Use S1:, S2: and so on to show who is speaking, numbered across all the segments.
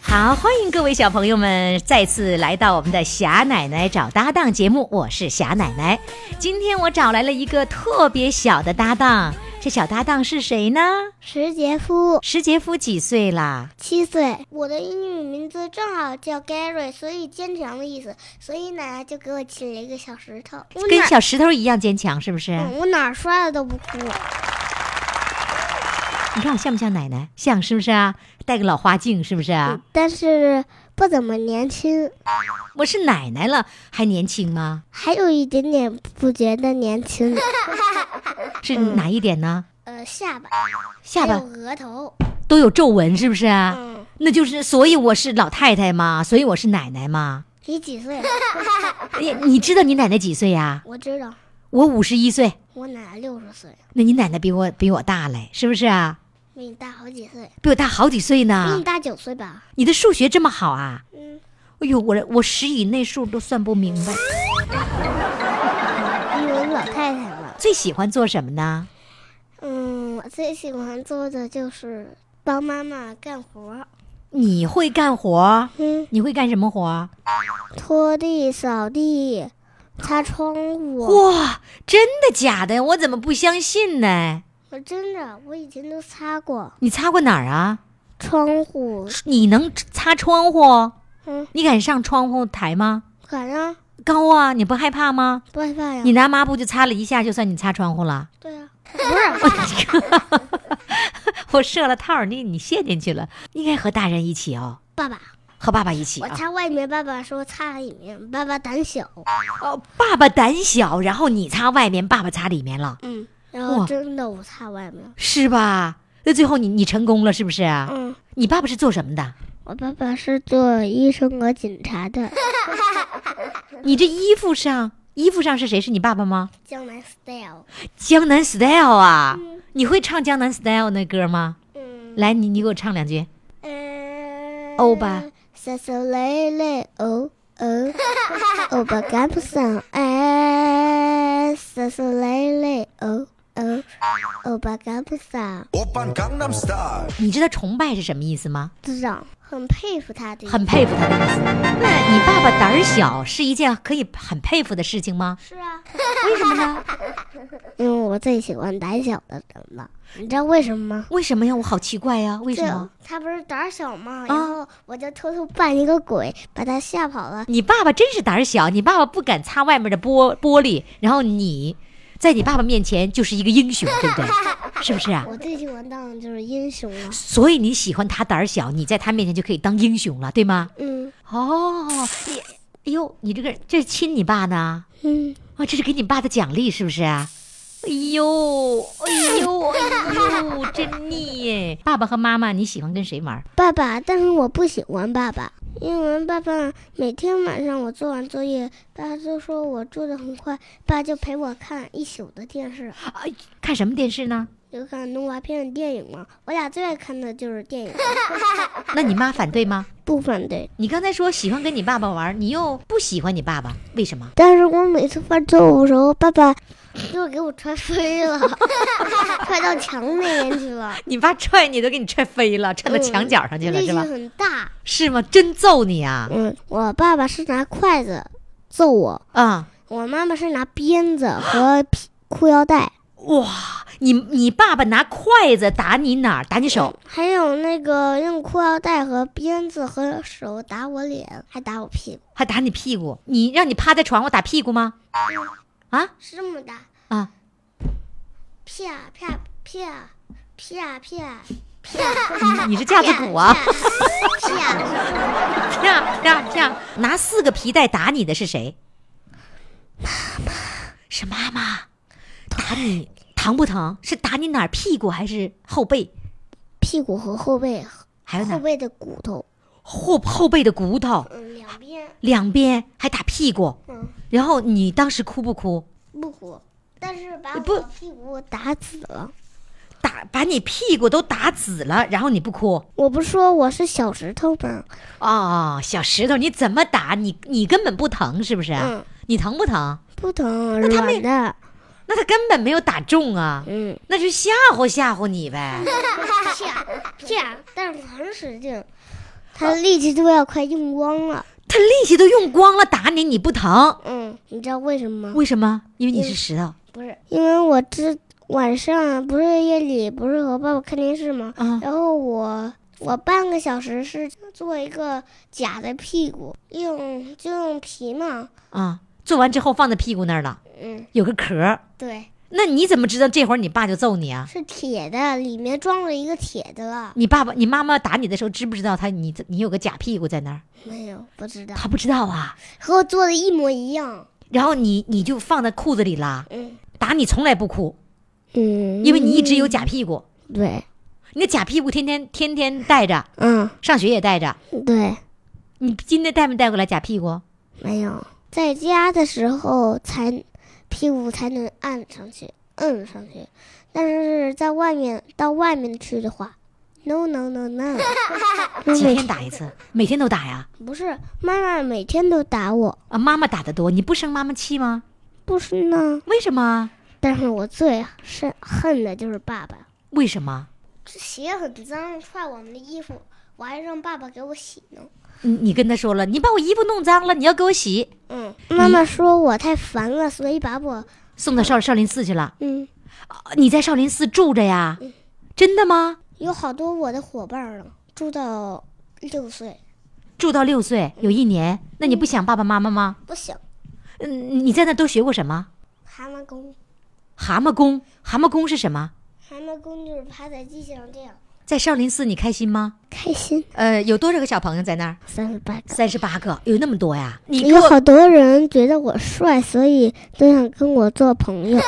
S1: 好，欢迎各位小朋友们再次来到我们的霞奶奶找搭档节目，我是霞奶奶。今天我找来了一个特别小的搭档，这小搭档是谁呢？
S2: 石杰夫
S1: 石杰夫几岁啦？
S2: 七岁，我的英语名字正好叫 Gary，所以坚强的意思，所以奶奶就给我起了一个小石头。我
S1: 跟
S2: 哪
S1: 小石头一样坚强，是不是？
S2: 嗯我哪儿摔了都不哭。
S1: 啊你看我像不像奶奶？像是不是啊？戴个老花镜是不是啊？
S2: 嗯但是不怎么年轻，
S1: 我是奶奶了，还年轻吗？
S2: 还有一点点不觉得年轻。
S1: 是哪一点呢？
S2: 呃，下巴，
S1: 下
S2: 还
S1: 巴
S2: 有额头，
S1: 都有皱纹，是不是啊？
S2: 哎嗯，
S1: 那就是，所以我是老太太嘛，所以我是奶奶嘛。
S2: 你几岁？啊
S1: 你你知道你奶奶几岁啊呀、
S2: 我知道，
S1: 我五十一岁，
S2: 我奶奶六十岁，
S1: 那你奶奶比我比我大嘞，是不是啊？
S2: 比你大好几岁，
S1: 比我大好几岁
S2: 比
S1: 呢
S2: 你。大九岁吧？
S1: 你的数学这么好啊？
S2: 嗯，
S1: 哎呦，我我十以内数都算不明白。
S2: 比我老太太了。
S1: 最喜欢做什么呢？
S2: 嗯，我最喜欢做的就是帮妈妈干活儿。
S1: 你会干活？
S2: 嗯。
S1: 你会干什么活？
S2: 拖地、扫地、擦窗户。
S1: 哇，真的假的？我怎么不相信呢？
S2: 我真的，我以前都擦过
S1: 你擦过哪儿啊？
S2: 窗户。
S1: 你能擦窗户？
S2: 嗯，
S1: 你敢上窗户台吗？
S2: 敢啊，
S1: 高啊，你不害怕吗？
S2: 不害怕呀
S1: 你？拿抹布就擦了一下，就算你擦窗户了。
S2: 对啊，不是，
S1: 我设了套儿，你你陷进去了。应该和大人一起哦，
S2: 爸爸，
S1: 和爸爸一起
S2: 我
S1: 啊。
S2: 擦外面，爸爸说擦里面，爸爸胆小。
S1: 哦，爸爸胆小，然后你擦外面，爸爸擦里面了，
S2: 嗯，然
S1: 哇
S2: 后真的我擦外面。
S1: 是吧？那最后你你成功了，是不是啊？
S2: 嗯，
S1: 你爸爸是做什么的？
S2: 我爸爸是做医生和警察的。嗯
S1: 你这衣服上，衣服上是谁？是你爸爸吗？
S2: 江南 style。
S1: 江南 style 啊，
S2: 嗯
S1: 你会唱江南 style 那歌吗？
S2: 嗯，
S1: 来，你你给我唱两句。
S2: 呃
S1: 欧巴，
S2: 瑟瑟累累，哦 哦，欧巴赶不上哎，瑟瑟累累，哦哦，欧巴赶不上。
S3: 오빤 강남 스타일
S1: 你知道崇拜是什么意思吗？
S2: 知道，很佩服他的，
S1: 很佩服他的意思。
S2: 嗯
S1: 那你爸爸胆儿小是一件可以很佩服的事情 吗？
S2: 是啊，
S1: 为什么呢？
S2: 因为我最喜欢胆小的人了，你知道为什么吗？
S1: 为什么呀？我好奇怪呀、为什么？啊
S2: 这他不是胆小吗？然后我就偷偷扮一个鬼，把他吓跑了。
S1: 你爸爸真是胆儿小，你爸爸不敢擦外面的玻玻璃，然后你在你爸爸面前就是一个英 雄，对不对？是不是啊？
S2: 我最喜欢当的就是英雄了。
S1: 所以你喜欢他胆儿小，你在他面前就可以当英雄了，对 吗？
S2: 嗯
S1: 哦，你哎呦，你这个这是亲你爸呢？
S2: 嗯，
S1: 啊，这是给你爸的奖励，是不是啊？哎呦，哎呦，哎 呦，真腻耶！爸爸和妈妈，你喜欢跟谁玩？
S2: 爸爸，但是我不喜欢爸爸，因为爸爸每天晚上我做完作业，爸就说我做的很快，爸就陪我看一宿的电视，
S1: 哎看什么电视呢？
S2: 就看动画片、电影嘛。我俩最爱看的就是 电影，
S1: 那你妈反对吗？
S2: 不反对。
S1: 你刚才说喜欢跟你爸爸玩，你又不喜欢你爸爸，为什么？
S2: 但是我每次犯错误的时候，爸爸就给我踹飞了， 踹到墙那边 去了，
S1: 你爸踹你都给你踹飞了，踹到
S2: 嗯
S1: 墙角上去了，
S2: 力气
S1: 是吧？
S2: 很大。
S1: 哎是吗？真揍你啊！
S2: 嗯，我爸爸是拿筷子揍我，
S1: 啊、
S2: 我妈妈是拿鞭子和皮裤腰带。
S1: 哇！你你爸爸拿筷子打你哪儿？打你手？
S2: 还有那个用裤腰带和鞭子和手打我脸，还打我屁股，
S1: 还打你屁股？你让你趴在床上打屁股吗？啊
S2: 是这么打，
S1: 啊！
S2: 啪啪啪啪啪
S1: 你你是架子鼓啊？
S2: 啪啪，
S1: 啪啪啪！拿四个皮带打你的是谁？妈妈是妈妈，打你疼不疼？是打你哪儿？屁股还是后背？
S2: 屁股和后背，
S1: 还有哪
S2: 后
S1: 儿？
S2: 背的骨头，
S1: 后后背的骨头
S2: 嗯，两边，
S1: 两边还打屁股，
S2: 嗯，
S1: 然后你当时哭不哭？
S2: 不骨，但是把
S1: 哎不
S2: 我屁股打紫了。
S1: 打把你屁股都打紫了，然后你不哭
S2: 我不说我是小石头吗？
S1: 哦，小石头，你怎么打你你根本不疼是不是？
S2: 嗯，
S1: 你疼不疼？
S2: 不疼，
S1: 那他没
S2: 软的，
S1: 那他根本没有打中啊，
S2: 嗯，
S1: 那就吓唬吓唬你呗。
S2: 啪啪，但是很使劲，他力气都要快用光了。
S1: 他力气都用光了，打你你不疼，
S2: 嗯，你知道为什么吗？
S1: 为什么？因为你是石头
S2: 不是，因为我之晚上不是夜里不是和爸爸看电视吗？
S1: 啊、
S2: 然后我我半个小时是做一个假的屁股，用就用皮嘛。
S1: 啊！做完之后放在屁股那儿了，
S2: 嗯，
S1: 有个壳儿。
S2: 对，
S1: 那你怎么知道这会儿你爸就揍你啊？
S2: 是铁的，里面装了一个铁的了。
S1: 你爸爸、你妈妈打你的时候，知不知道他你你有个假屁股在那儿？
S2: 没有，不知道，
S1: 他不知道啊。
S2: 和我做的一模一样。
S1: 然后你你就放在裤子里啦，
S2: 嗯
S1: 打你从来不哭，
S2: 嗯，
S1: 因为你一直有假屁股，
S2: 对，
S1: 你的假屁股天天天天带着，
S2: 嗯
S1: 上学也带着。
S2: 对，
S1: 你今天带没带过来假屁股？
S2: 没有，在家的时候才屁股才能按上去，摁上去，但是在外面到外面去的话，no no no no，
S1: 几
S2: 每
S1: 天打一次？每天都打呀？
S2: 不是妈妈每天都打我，
S1: 啊，妈妈打的多，你不生妈妈气吗？
S2: 不是呢，
S1: 为什么？
S2: 但是我最深恨的就是爸爸，
S1: 为什么？
S2: 这鞋很脏，踹我们的衣服，我还让爸爸给我洗呢。
S1: 你你跟他说了，你把我衣服弄脏了，你要给我洗，
S2: 嗯，妈妈说我太烦了，所以把我
S1: 送到少少林寺去了。
S2: 嗯
S1: 啊你在少林寺住着呀？真的吗？
S2: 有好多我的伙伴儿了，住到六岁，
S1: 住到六岁，有一年，那你不想爸爸妈妈吗？
S2: 不行，
S1: 嗯，你在那都学过什么？
S2: 蛤蟆功。
S1: 蛤蟆功，蛤蟆功是什么？
S2: 蛤蟆功就是趴在地上这样，
S1: 在少林寺你开心吗？
S2: 开心。
S1: 呃，有多少个小朋友在那儿？
S2: 三十八个，
S1: 三十八个，有那么多呀？你给
S2: 有
S1: 我
S2: 好多人觉得我帅，所以都想跟我做朋 友。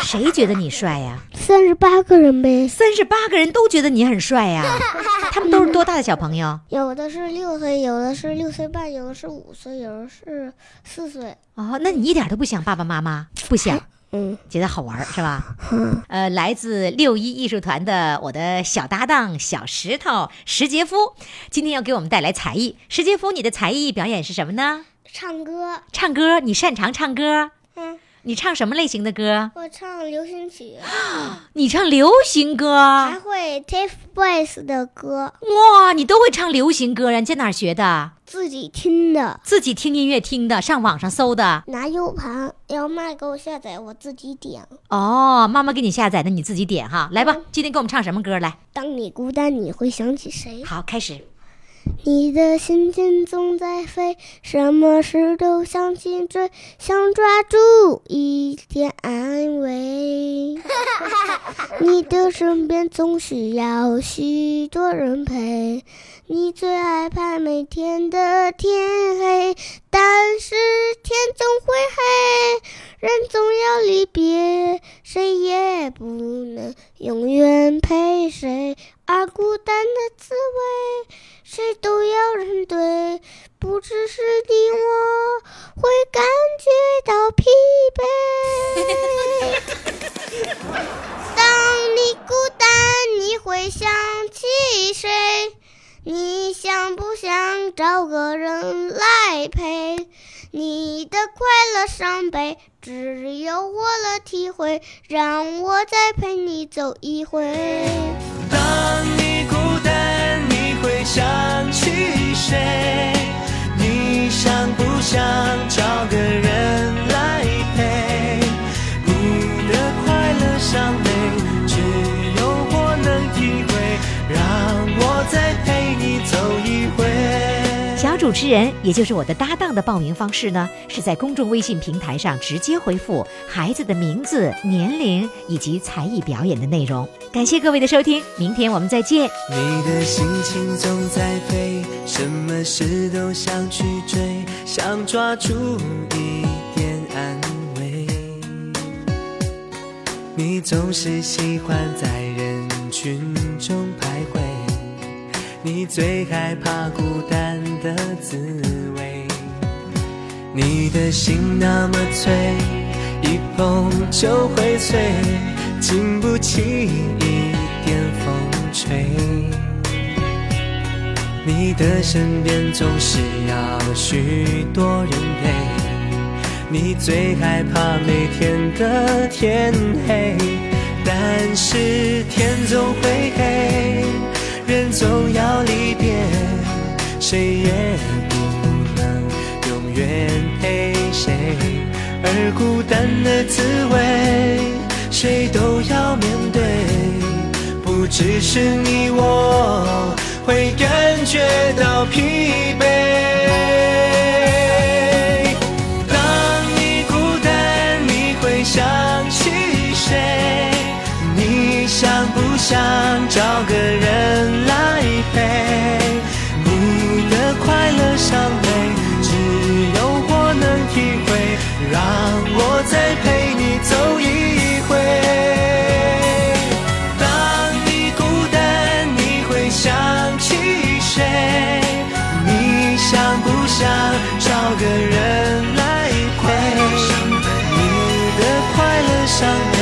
S1: 谁觉得你帅呀？
S2: 三十八个人呗，
S1: 三十八个人都觉得你很帅呀、 他们都是多大的小朋友
S2: 有的是六岁，有的是六岁半，有的是五岁，有的是四岁。
S1: 哦，那你一点都不想爸爸妈妈，不想，
S2: 嗯
S1: 觉得好玩儿是 吧？呃，来自六一艺术团的我的小搭档小石头石杰夫，今天要给我们带来才艺。石杰夫，你的才艺表演是什么呢？
S2: 唱歌，
S1: 唱歌，你擅长唱歌，
S2: 嗯，
S1: 你唱什么类型的歌？
S2: 我唱流行曲，
S1: 你唱流行歌，
S2: 还会 TFBOYS 的歌，
S1: 哇，你都会唱流行歌呀？你在哪儿学的？
S2: 自己听的，
S1: 自己听音乐听的，上网上搜的。
S2: 拿 U 盘，要卖给我下载，我自己点。
S1: 哦，妈妈给你下载的，你自己点哈。来吧，今天给我们唱什么歌来？
S2: 当你孤单，你会想起谁？
S1: 好，开始。
S2: 你的心情总在飞，什么事都想紧追，想抓住一点安慰。 你的身边总需要许多人陪，你最害怕每天的天黑，但是天总会黑，人总要离别，谁也不能永远陪谁，而孤单的滋味。谁都要认对，不只是你我会感觉到疲惫。当你孤单，你会想起谁？你想不想找个人来陪？你的快乐伤悲，只有我来体会。让我再陪你走一回。
S4: 当你孤单，你会想起谁？你想不想找个人来陪？你的快乐伤悲，只有我能体会。让我再陪你走一回。
S1: 小主持人，也就是我的搭档的报名方式呢，是在公众微信平台上直接回复孩子的名字、年龄以及才艺表演的内容。感谢各位的收听，明天我们再见。
S4: 你的心情总在飞，什么事都想去追，想抓住一点安慰。你总是喜欢在人群中徘徊，你最害怕孤单的滋味。你的心那么脆，一碰就会碎，经不起一点风吹。你的身边总是要许多人陪，你最害怕每天的天黑，但是天总会黑，人总要离别，而孤单的滋味，谁都要面对。不只是你我会感觉到疲惫。当你孤单，你会想起谁？你想不想找个人来陪？你的快乐伤悲，只有我能体会。让我再陪你走一回。当你孤单，你会想起谁？你想不想找个人来陪？你的快乐伤悲，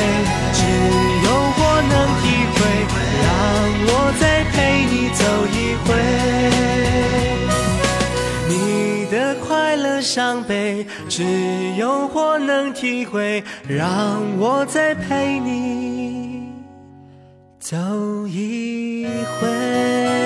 S4: 只有我能体会。让我再陪你走一回。你的快乐伤悲，只有我能体会。让我再陪你走一回。